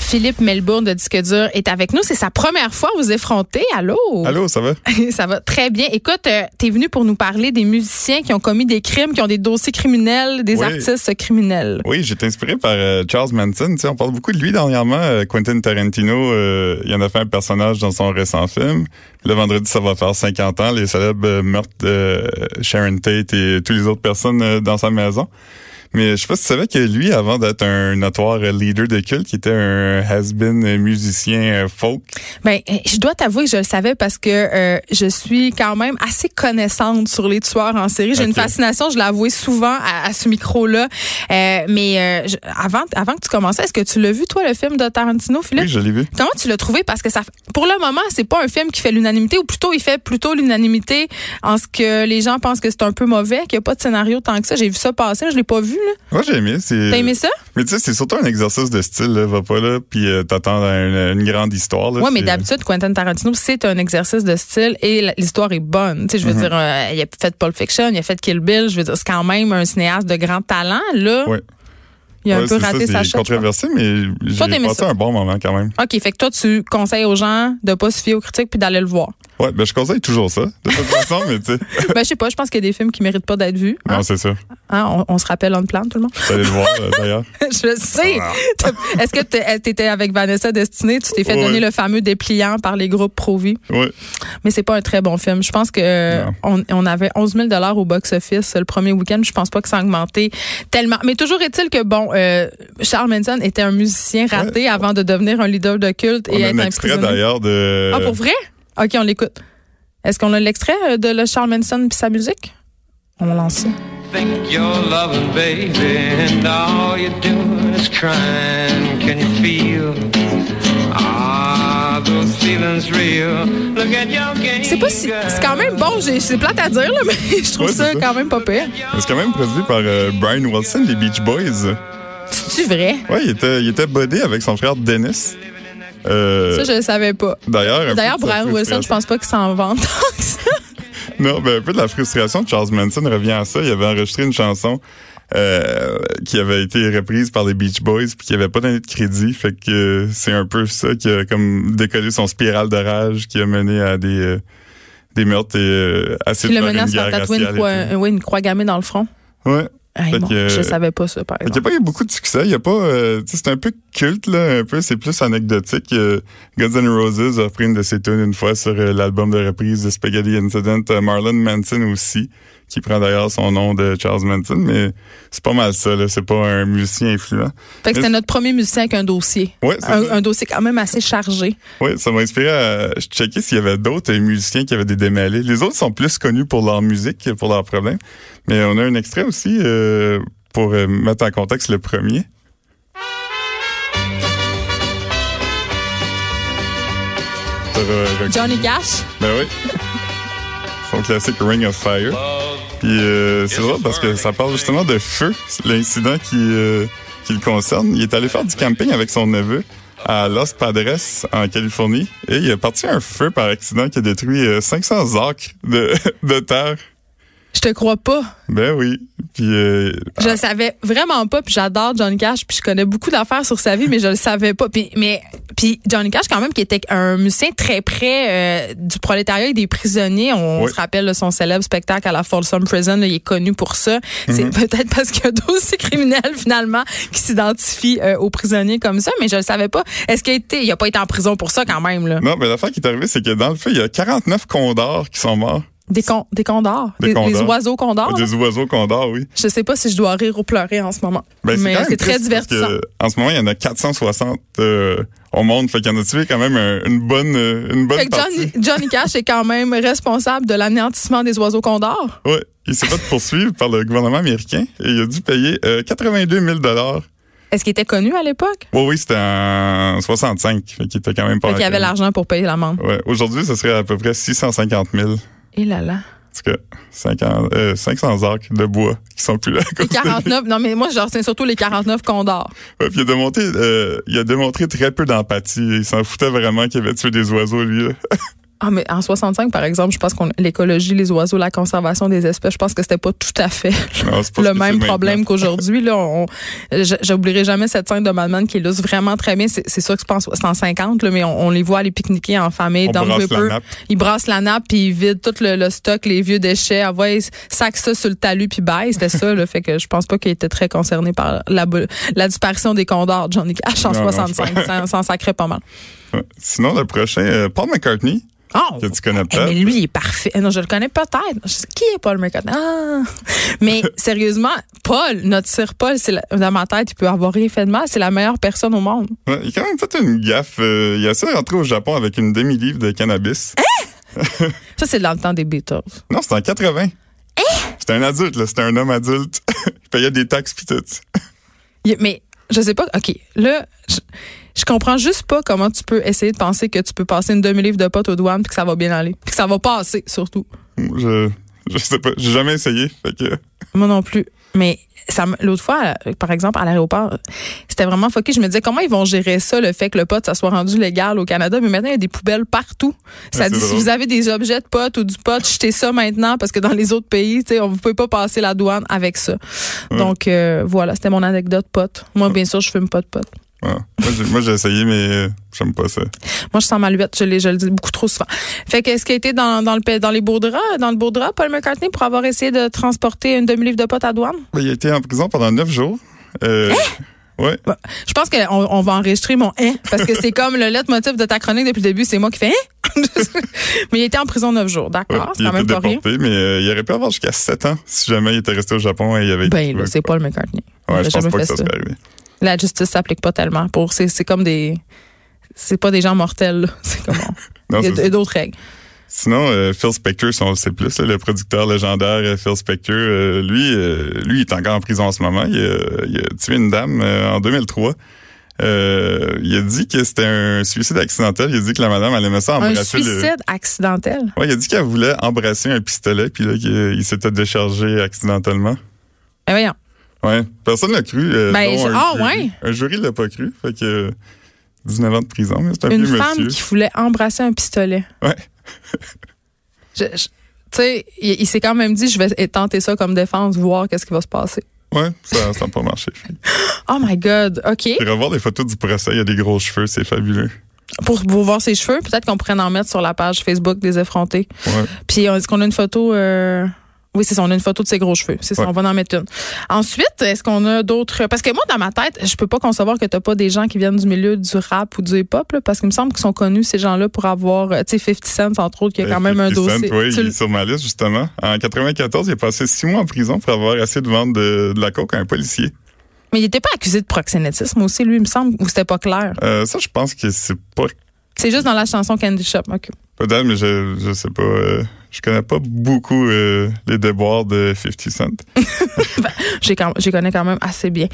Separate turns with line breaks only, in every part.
Philippe Melbourne de Disque dur est avec nous. C'est sa première fois à vous effronter. Allô?
Allô, ça va?
Ça va très bien. Écoute, euh, t'es venu pour nous parler des musiciens qui ont commis des crimes, qui ont des dossiers criminels, des
Oui.
artistes criminels.
Oui, j'ai été inspiré par euh, Charles Manson. Tu sais, on parle beaucoup de lui dernièrement. Euh, Quentin Tarantino, euh, il en a fait un personnage dans son récent film. Le vendredi, ça va faire 50 ans, les célèbres euh, meurtres de euh, Sharon Tate et toutes les autres personnes euh, dans sa maison. Mais je sais pas si tu savais que lui, avant d'être un notoire euh, leader de culte, qui était un has-been euh, musicien euh, folk.
Ben, euh, je dois t'avouer que je le savais parce que euh, je suis quand même assez connaissante sur les tueurs en série. J'ai une
Ok.
fascination, je l'ai avoué souvent à, à ce micro-là. Euh, mais euh, je- avant, avant que tu commences, est-ce que tu l'as vu, toi, le film de Tarantino, Philippe?
Oui, je l'ai vu.
Comment tu l'as trouvé? Parce que ça, pour le moment, c'est pas un film qui fait l'unanimité, ou plutôt, il fait plutôt l'unanimité en ce que les gens pensent que c'est un peu mauvais, qu'il n'y a pas de scénario tant que ça. J'ai vu ça passer, je l'ai pas vu, là.
Moi, j'ai aimé. c'est-
T'as aimé ça?
Mais tu sais, c'est surtout un exercice de style, là, va pas là, puis euh, t'attends un- une, grande histoire. Là,
Ouais, mais
c'est-
d'habitude, Quentin Tarantino, c'est un exercice de style et la- l'histoire est bonne. Tu sais, je veux
Mhm.
dire, euh, il a fait Pulp Fiction, il a fait Kill Bill, je veux dire, c'est quand même un cinéaste de grand talent, là.
Ouais.
Il a un
Ouais,
peu
c'est
raté
ça,
sa shot,
C'est
je pense.
controversé, mais j'ai
Toi, t'aimais
passé
ça.
un bon moment quand même.
OK, fait que toi, tu conseilles aux gens de pas se fier aux critiques puis d'aller le voir.
Ouais, ben je conseille toujours ça, de toute façon, mais tu sais.
ben, je sais pas, je pense qu'il y a des films qui méritent pas d'être vus. hein.
Non, c'est sûr.
Hein, on, on se rappelle on plan, tout le monde.
Je suis allé le voir, euh, d'ailleurs.
je sais.
Ah.
Est-ce que t'es- t'étais avec Vanessa Destinée, tu t'es fait
Ouais.
donner le fameux dépliant par les groupes Provi?
Ouais.
Mais c'est pas un très bon film. Je pense que euh, on, on avait 11 000 dollars au box-office le premier week-end. Je pense pas que ça a augmenté tellement. Mais toujours est-il que bon, euh, Charles Manson était un musicien raté avant de devenir un leader de culte
On
et
a
être
un extrait
emprisonné.
d'ailleurs euh, de.
Ah pour vrai Ok, on l'écoute. Est-ce qu'on a l'extrait euh, de le Charles Manson puis sa musique On lance ça.
Think you're loving, baby, and all you're doing is crying. Can you feel? Ah, those feelings real. Look at your game.
C'est pas si, c'est quand même bon. j'ai- C'est plate à dire là, mais je trouve
Ouais, c'est
ça
ça.
quand même pas pire.
C'est quand même produit par euh, Brian Wilson des Beach Boys.
C'est vrai.
Ouais, il était, il était buddy avec son frère Dennis. Euh,
Ça je le savais pas.
D'ailleurs, un peu hein.
D'ailleurs,
de la
Brian Wilson, je pense pas qu'il s'en vante tant que ça.
Non, ben, un peu de la frustration de Charles Manson revient à ça. Il avait enregistré une chanson euh, qui avait été reprise par les Beach Boys puis qui avait pas donné de crédit. Fait que euh, c'est un peu ça qui a comme décollé son spirale de rage qui a mené à des euh, des meurtres et euh, à cette
Puis le
faire une
menace par
guerre
tatouer une
raciale
croix,
et
euh, oui, une croix gammée dans le front.
tout. Ouais.
Hey,
Fait
mon,
que,
je
euh,
savais pas ça, par
Il n'y a
exemple.
pas eu beaucoup de succès. Il y a pas, euh, tu sais, c'est un peu culte là, un peu. C'est plus anecdotique. Euh, Guns N' Roses a repris une de ses tunes une fois sur euh, l'album de reprise de Spaghetti Incident. Euh, Marlon Manson aussi, qui prend d'ailleurs son nom de Charles Manson. Mais c'est pas mal ça. Là, c'est pas un musicien influent.
Fait que c'était notre premier musicien avec un dossier.
Ouais, c'est
un,
ça.
un dossier quand même assez chargé.
Oui, ça m'a inspiré à je checker s'il y avait d'autres euh, musiciens qui avaient des démêlés. Les autres sont plus connus pour leur musique que pour leurs problèmes. Mais on a un extrait aussi euh, pour euh, mettre en contexte le premier. Sur, euh, Rock-
Johnny Cash,
ben oui. Son classique Ring of Fire. Puis euh, c'est drôle parce que ça parle justement de feu, l'incident qui, euh, qui le concerne. Il est allé faire du camping avec son neveu à Los Padres, en Californie, et il a parti un feu par accident qui a détruit euh, 500 acres de, de terre.
je te crois pas.
Ben oui. Puis euh,
Je le savais vraiment pas, puis j'adore Johnny Cash, puis je connais beaucoup d'affaires sur sa vie, mais je le savais pas. Puis, mais, puis Johnny Cash, quand même, qui était un musicien très près euh, du prolétariat et des prisonniers. On
Oui.
se rappelle là, son célèbre spectacle à la Folsom Prison, là, il est connu pour ça.
Mm-hmm.
C'est peut-être parce qu'il y a un dossier criminel, finalement, qui s'identifie euh, aux prisonniers comme ça, mais je le savais pas. Est-ce qu'il a été, il a pas été en prison pour ça, quand même, là?
non, ben l'affaire qui est arrivée, c'est que dans le feu, il y a 49 condors qui sont morts.
Des, con- des condors.
Des
Des- Des
condors.
oiseaux condors. là.
Des oiseaux condors, oui.
Je sais pas si je dois rire ou pleurer en ce moment.
Ben,
mais
quand même
c'est très
triste parce que,
divertissant.
en ce moment, il y en a 460 euh, au monde. Fait qu'il y en a tué quand même un- une bonne, euh, une bonne
Fait que
partie.
Johnny, Johnny Cash est quand même responsable de l'anéantissement des oiseaux condors.
Ouais, il s'est fait poursuivre par le gouvernement américain et il a dû payer euh, 82 000 dollars.
Est-ce qu'il était connu à l'époque?
Oui, oui, c'était en 65, fait qu'il était quand même pas.
Fait qu'il avait l'argent pour payer l'amende.
Ouais, aujourd'hui, ce serait à peu près 650 000. En tout
Et là là.
cas, 50, euh, 500 arcs de bois qui sont plus là. à
Les
cause de lui.
49, non mais moi je retiens surtout les 49 condors.
Ouais, puis il a, démontré, euh, il a démontré très peu d'empathie. Il s'en foutait vraiment qu'il avait tué des oiseaux, lui. là.
Ah, mais en 65, par exemple, je pense qu'on l'écologie, les oiseaux, la conservation des espèces, je pense que c'était pas tout à fait
Non, c'est pas ce
le
que
même
c'est
problème
maintenant.
qu'aujourd'hui. Là, on, j- j'oublierai jamais cette scène de Mad Men qui illustre vraiment très bien. C'est, c'est sûr que je pense 150, là, mais on, on les voit aller pique-niquer en famille
On
dans
brasse
le
la
river.
nappe.
Ils brassent la nappe puis ils vident tout le, le stock, les vieux déchets, ah ouais, ils sacent ça sur le talus puis bye. C'était ça, là. Fait que je pense pas qu'ils étaient très concernés par la, bo- la disparition des condors. J'en ai Cash en
Non, non, je
65,
pense-
ça s'en sacrait pas mal.
Sinon, le prochain, euh, Paul McCartney.
Oh!
Que tu connais
Eh,
peut-être.
mais lui, il est parfait. Eh Non, je le connais peut-être. Je sais Qui est Paul McCartney? Ah! Mais sérieusement, Paul, notre Sir Paul, c'est la- dans ma tête, il peut avoir rien fait de mal. C'est la meilleure personne au monde.
Ouais, il a quand même fait une gaffe. euh, il a essayé de rentrer au Japon avec une demi-livre de cannabis.
Hein? Ça, c'est dans le temps des Beatles.
Non, c'était en 80.
Hein?
C'était un adulte, là. C'était un homme adulte. il payait des taxes pis tout.
Il- Mais je sais pas. OK. Là, je, je comprends juste pas comment tu peux essayer de penser que tu peux passer une demi-livre de potes aux douanes puis que ça va bien aller. Puis que ça va passer, surtout.
Je, je sais pas. J'ai jamais essayé. Fait que.
Moi non plus. Mais ça me- l'autre fois, euh, par exemple, à l'aéroport, euh, c'était vraiment foqué. Je me disais comment ils vont gérer ça, le fait que le pot, ça soit rendu légal au Canada. Mais maintenant, il y a des poubelles partout. Ça
c'est
dit, si
drôle.
vous avez des objets de pot ou du pot, jetez ça maintenant parce que dans les autres pays, tu sais, on vous pouvez pas passer la douane avec ça. Donc, euh, voilà, c'était mon anecdote pot. Moi, bien sûr, je fume pas de pot.
ouais. Moi, j'ai- Moi, j'ai essayé, mais euh, j'aime pas ça.
Moi, je sens ma luette. Je, l'ai- je le dis beaucoup trop souvent. Fait que, est-ce qu'il a été dans, dans, le, pa- dans les beaux draps, dans le beau drap, Paul McCartney, pour avoir essayé de transporter une demi-livre de pot à douane?
Ben, Il a été en prison pendant neuf jours. Euh,
Hein?
Ouais.
Bon, Je pense qu'on on va enregistrer mon hein parce que c'est comme le leitmotiv de ta chronique depuis le début, c'est moi qui fais hein. Mais il était en prison neuf jours,
Ouais,
d'accord, Ah, c'est
il a
quand
été
même pas rien.
déporté, mais euh, il aurait pu avoir jusqu'à 7 ans si jamais il était resté au Japon et il avait.
Ben là, c'est Paul McCartney. Il
Ouais,
avait
je pense
jamais
pas que
fait
ça
ça.
serait arrivé.
La justice s'applique pas tellement. Pour c'est c'est comme des c'est pas des gens mortels. là. C'est comme on-
Non,
il y a
c'est-
d- d'autres règles.
Sinon, euh, Phil Spector, si on le sait plus, là, le producteur légendaire euh, Phil Spector, euh, lui, euh, lui, il est encore en prison en ce moment. Il, a- il a tué une dame euh, en 2003. Euh, il a dit que c'était un suicide accidentel. Il a dit que la euh, madame, elle aimait ça
Un
embrasser le...
suicide accidentel.
Ouais, il a dit qu'elle voulait embrasser un pistolet, puis là, qu'il- il s'était déchargé accidentellement.
Ben voyons.
Ouais, personne l'a cru. euh,
Ben,
dont
je-
un
ah,
jury.
ouais?
Un jury l'a pas cru, fait que euh, 19 ans de prison, mais c'est un
Une
vieux
femme
monsieur.
qui voulait embrasser un pistolet.
Ouais.
Je- je- tu sais, il, il s'est quand même dit je vais tenter ça comme défense, voir qu'est-ce qui va se passer.
Ouais, ça n'a pas marché.
Oh my god, OK.
Et revoir des photos du procès, il y a des gros cheveux, c'est fabuleux.
pour, pour voir ses cheveux. Peut-être qu'on pourrait en mettre sur la page Facebook des effrontés.
Ouais.
Puis on- est-ce qu'on a une photo euh, Oui, c'est ça, on a une photo de ses gros cheveux. C'est ça,
Ouais.
on va en mettre une. Ensuite, est-ce qu'on a d'autres Parce que moi, dans ma tête, je peux pas concevoir que t'as pas des gens qui viennent du milieu du rap ou du hip-hop, là, parce qu'il me semble qu'ils sont connus ces gens-là pour avoir, euh, tu sais, 50 Cent entre autres, qui a quand même un
50 Ben, Cent,
dossier.
ouais,
Tu
il
le-
est sur ma liste, justement. En 94, il a passé six mois en prison pour avoir essayé de vendre de, de la coke à un policier.
Mais il était pas accusé de proxénétisme aussi, lui, il me semble, ou c'était pas clair.
Euh, ça, je pense que c'est pas...
C'est juste dans la chanson Candy Shop. Ok.
Peut-être, mais je, je sais pas... euh, je connais pas beaucoup euh, les déboires de 50 Cent.
J'ai quand- je les connais quand même assez bien.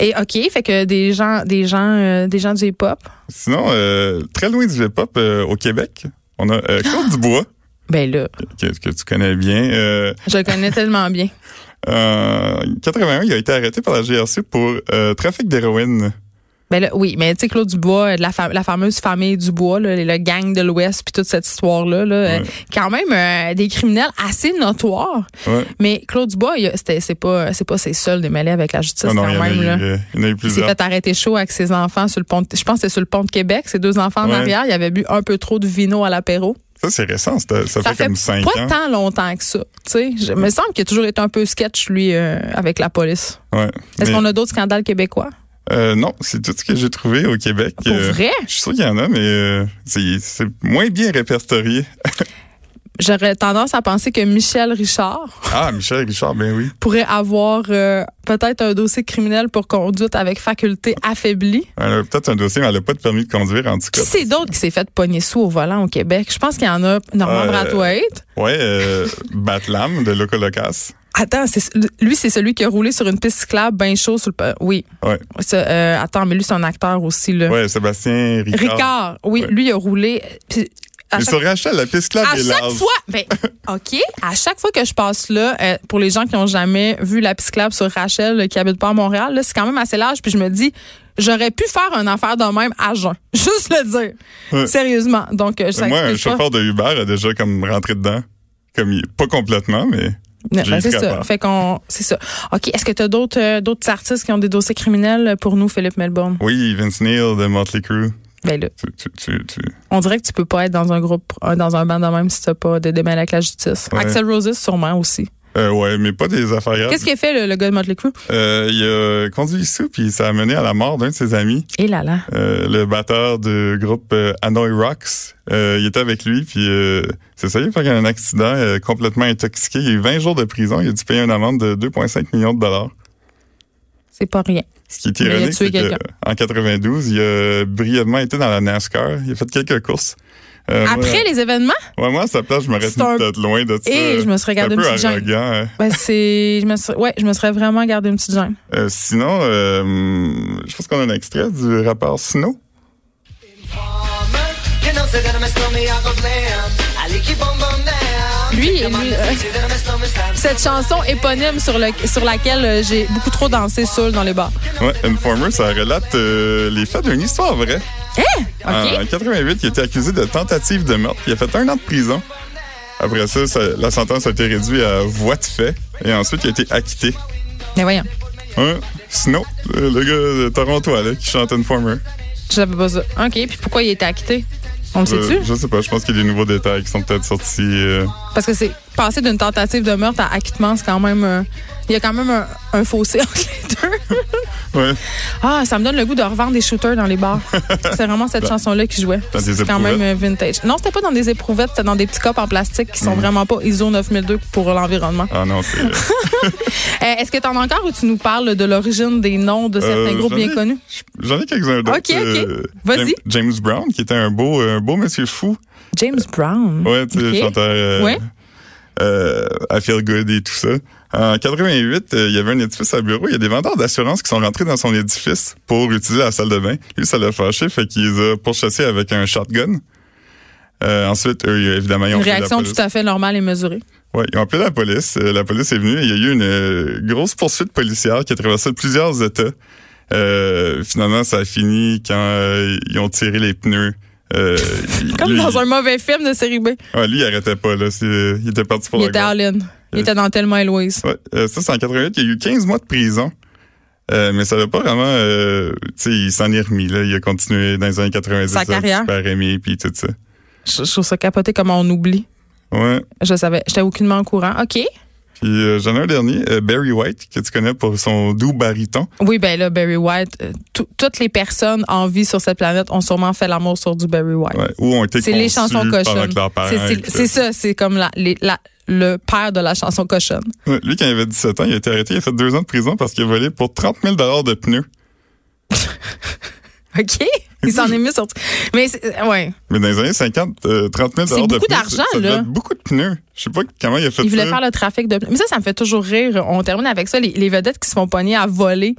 Et ok, fait que des gens, des gens, euh, des gens du hip-hop.
Sinon, euh, très loin du hip-hop, euh, au Québec, on a euh, Claude Dubois,
Ben là,
que, que tu connais bien. Euh,
je le connais tellement bien.
en 81, il a été arrêté par la GRC pour euh, trafic d'héroïne.
Ben là, oui, mais tu sais, Claude Dubois, euh, de la, fa- la fameuse famille Dubois, là, le gang de l'Ouest, puis toute cette histoire-là, là, euh,
Ouais.
quand même euh, des criminels assez notoires.
Ouais.
Mais Claude Dubois, il a- c'était- c'est pas, c'est pas ses seuls démêlés avec la justice
Ah non,
quand
il y en a
même.
eu,
là.
euh, il y en a eu
Il s'est
plusieurs.
fait arrêter chaud avec ses enfants sur le pont. de- je pense que c'est sur le pont de Québec. Ses deux enfants en
Ouais.
arrière, il avait bu un peu trop de vino à l'apéro.
Ça, c'est récent. c'était- Ça, fait, comme 5
pas
ans.
tant longtemps que ça. Tu sais, je il me semble qu'il a toujours été un peu sketch lui euh, avec la police.
Ouais.
Est-ce
Mais,
qu'on a d'autres scandales québécois
euh, non, c'est tout ce que j'ai trouvé au Québec.
Ah, Pour
Euh,
vrai
Je suis sûr qu'il y en a, mais euh, c'est c'est moins bien répertorié.
J'aurais tendance à penser que Michel Richard
Ah, Michel Richard, ben oui.
pourrait avoir euh, peut-être un dossier criminel pour conduite avec faculté affaiblie.
Elle a peut-être un dossier, mais elle n'a pas de permis de conduire, en tout cas.
Qui c'est d'autre qui s'est fait pogner sous au volant au Québec? Je pense qu'il y en a Norman
Euh,
Brathwaite.
Ouais, euh, Batlam de Locolocas.
Attends, c'est, lui, c'est celui qui a roulé sur une piste cyclable bien chaud sur le... pa- Oui.
Ouais.
Ça, euh, attends, mais lui, c'est un acteur aussi, là.
Ouais, Sébastien Ricard.
Euh, Ricard, oui,
Ouais.
lui, il a roulé... puis à
Mais
chaque
sur Rachel, la piste là
À
est
chaque
large.
fois, ben, OK, à chaque fois que je passe là, euh, pour les gens qui n'ont jamais vu la cyclable sur Rachel euh, qui habite pas à Montréal, là, c'est quand même assez large. Puis je me dis, j'aurais pu faire une affaire de même à jeun. Juste le dire.
Ouais.
Sérieusement. Donc, euh, ça
Moi, un
explique pas.
chauffeur de Uber a déjà comme rentré dedans. Comme il- pas complètement, mais.
Ouais,
j'ai
ben,
été
c'est ça.
capable.
Fait qu'on, c'est ça. OK. Est-ce que tu as d'autres, euh, d'autres artistes qui ont des dossiers criminels pour nous, Philippe Melbourne?
Oui, Vince Neil de Motley Crue.
Ben là,
Tu, tu, tu, tu-
on dirait que tu peux pas être dans un groupe, euh, dans un band de même si t'as pas de démêlé avec la justice.
Ouais.
Axel Roses, sûrement aussi.
Euh, ouais, mais pas des affaires graves.
Qu'est-ce qu'il a fait, le, le gars de Motley Crue?
Euh, il a conduit sous, puis ça a mené à la mort d'un de ses amis,
Et Eh là là.
euh, le batteur du groupe euh, Hanoi Rocks. Euh, il était avec lui, puis euh, c'est ça, il a fait un accident euh, complètement intoxiqué. Il a eu 20 jours de prison, il a dû payer une amende de 2,5 millions de dollars.
C'est pas rien.
Ce qui est
Mais il a
ironique,
tué
c'est que,
quelqu'un.
en 92, il a brièvement été dans la NASCAR. Il a fait quelques courses. Euh,
Après les événements?
moi, ouais, moi, à sa place, je m'aurais
C'est
tenu
un-
peut-être loin de ça.
Et je me serais
C'est un
gardé une
peu
petite gêne.
arrogant. hein.
Ben, c'est, je me serais, ouais, je me serais vraiment gardé une petite gêne.
Euh, sinon, euh, je pense qu'on a un extrait du rapport Snow.
Lui, lui, euh, Cette chanson éponyme sur le, sur laquelle euh, j'ai beaucoup trop dansé seul dans les bars.
Ouais, Informer, ça relate euh, les faits d'une histoire vraie.
OK.
En, en 88, il était accusé de tentative de meurtre. Il a fait un an de prison. Après ça, ça- la sentence a été réduite à voie de fait. Et ensuite, il a été acquitté.
Mais voyons.
Hein? Snow, euh, le gars de Toronto, là, qui chante Informer.
J'avais pas ça. OK. Puis pourquoi il a été acquitté? On le
Euh,
sait-tu?
je sais pas, je pense qu'il y a des nouveaux détails qui sont peut-être sortis. euh,
Parce que c'est passer d'une tentative de meurtre à acquittement, c'est quand même. euh, il y a quand même un, un fossé entre les deux.
ouais,
Ah, ça me donne le goût de revendre des shooters dans les bars. c'est vraiment cette chanson-là qui jouait.
Dans des
C'est quand
éprouvettes?
même euh, vintage. Non, c'était pas dans des éprouvettes, c'était dans des petits copes en plastique qui
Mm-hmm.
sont vraiment pas ISO 9002 pour l'environnement.
ah non, c'est...
Euh, Est-ce que t'en as encore ou tu nous parles de l'origine des noms de certains
Euh,
groupes
j'en
bien
ai-
connus?
J'en ai quelques-uns d'autres.
Ok, ok.
Jam-
Vas-y.
James Brown, qui était un beau, un beau monsieur fou.
James Brown.
Ouais, tu sais,
Ok.
chanteur euh,
Ouais.
euh, I Feel Good et tout ça. En 88, euh, il y avait un édifice à bureau. Il y a des vendeurs d'assurance qui sont rentrés dans son édifice pour utiliser la salle de bain. Lui, ça l'a fâché, fait qu'il les a pourchassés avec un shotgun. Euh, ensuite, eux, évidemment, ils ont
Une
appelé la
réaction
police.
tout à fait normale et mesurée.
Ouais, ils ont appelé la police. Euh, la police est venue et il y a eu une euh, grosse poursuite policière qui a traversé plusieurs États. Euh, finalement, ça a fini quand euh, ils ont tiré les pneus. Euh,
Comme
lui,
dans un mauvais film de série B.
ouais, Ah, lui, il arrêtait pas. Là. C'est- Il était parti pour
Il
la
était
gloire.
all in. Il
Euh,
était dans Tellement et Louise.
Ouais, euh, ça, c'est en 88. Il y a eu 15 mois de prison. Euh, mais ça l'a pas vraiment... Euh, tu sais, il s'en est remis. Là. Il a continué dans les années 90.
Sa
avec
carrière.
Super aimé, puis tout ça.
Je, je trouve ça capoté comment on oublie.
Ouais.
Je savais. J'étais aucunement au courant. OK.
Puis euh, j'en ai un dernier, euh, Barry White, que tu connais pour son doux baryton.
Oui, ben là, Barry White, euh, tout- toutes les personnes en vie sur cette planète ont sûrement fait l'amour sur du Barry White.
Ouais, ou ont été
C'est les chansons
conçus pendant
cochonnes.
que leurs parents
C'est- c'est-
écoutaient.
C'est ça, c'est comme la, les- la- le père de la chanson cochonne.
Ouais, Lui, quand il avait 17 ans, il a été arrêté, il a fait deux ans de prison parce qu'il a volé pour 30 000 de pneus.
OK? Il s'en est mis sur. Mais, c'est- ouais.
Mais dans les années 50, euh, 30 000
C'est
de pneus.
beaucoup
ça-
d'argent,
ça
là.
doit être beaucoup de pneus. Je sais pas comment il a fait
Il voulait
ça.
faire le trafic de. Mais ça, ça me fait toujours rire. On termine avec ça. Les, les vedettes qui se font pogner à voler.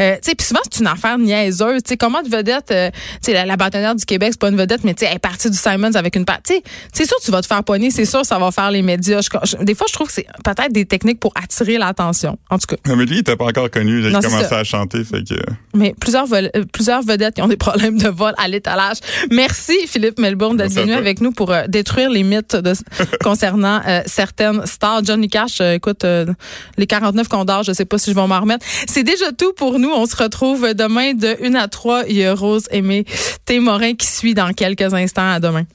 Euh, tu sais, puis souvent, c'est une affaire niaiseuse. Tu sais, comment de vedette. euh, tu sais, la, la bâtonnière du Québec, c'est pas une vedette, mais tu sais, elle est partie du Simons avec une patte. Tu sais, c'est sûr, tu vas te faire pogner. C'est sûr, ça va faire les médias. Je- je- des fois, je trouve que c'est peut-être des techniques pour attirer l'attention. En tout cas.
Non, mais lui, il était pas encore connu. là,
Non,
il
c'est
commençait
ça.
à chanter. Fait que...
Mais plusieurs, vol- euh, plusieurs vedettes qui ont des problèmes de vol à l'étalage. Merci, Philippe Melbourne, d'être
Merci à
venu
toi.
avec nous pour euh, détruire les mythes de- concernant euh, certaines stars. Johnny Cash, euh, écoute, euh, les 49 condors, je sais pas si je vais m'en remettre. C'est déjà tout pour nous. On se retrouve demain de 1 à 3. Il y a Rose Aimée Témorin qui suit dans quelques instants. À demain.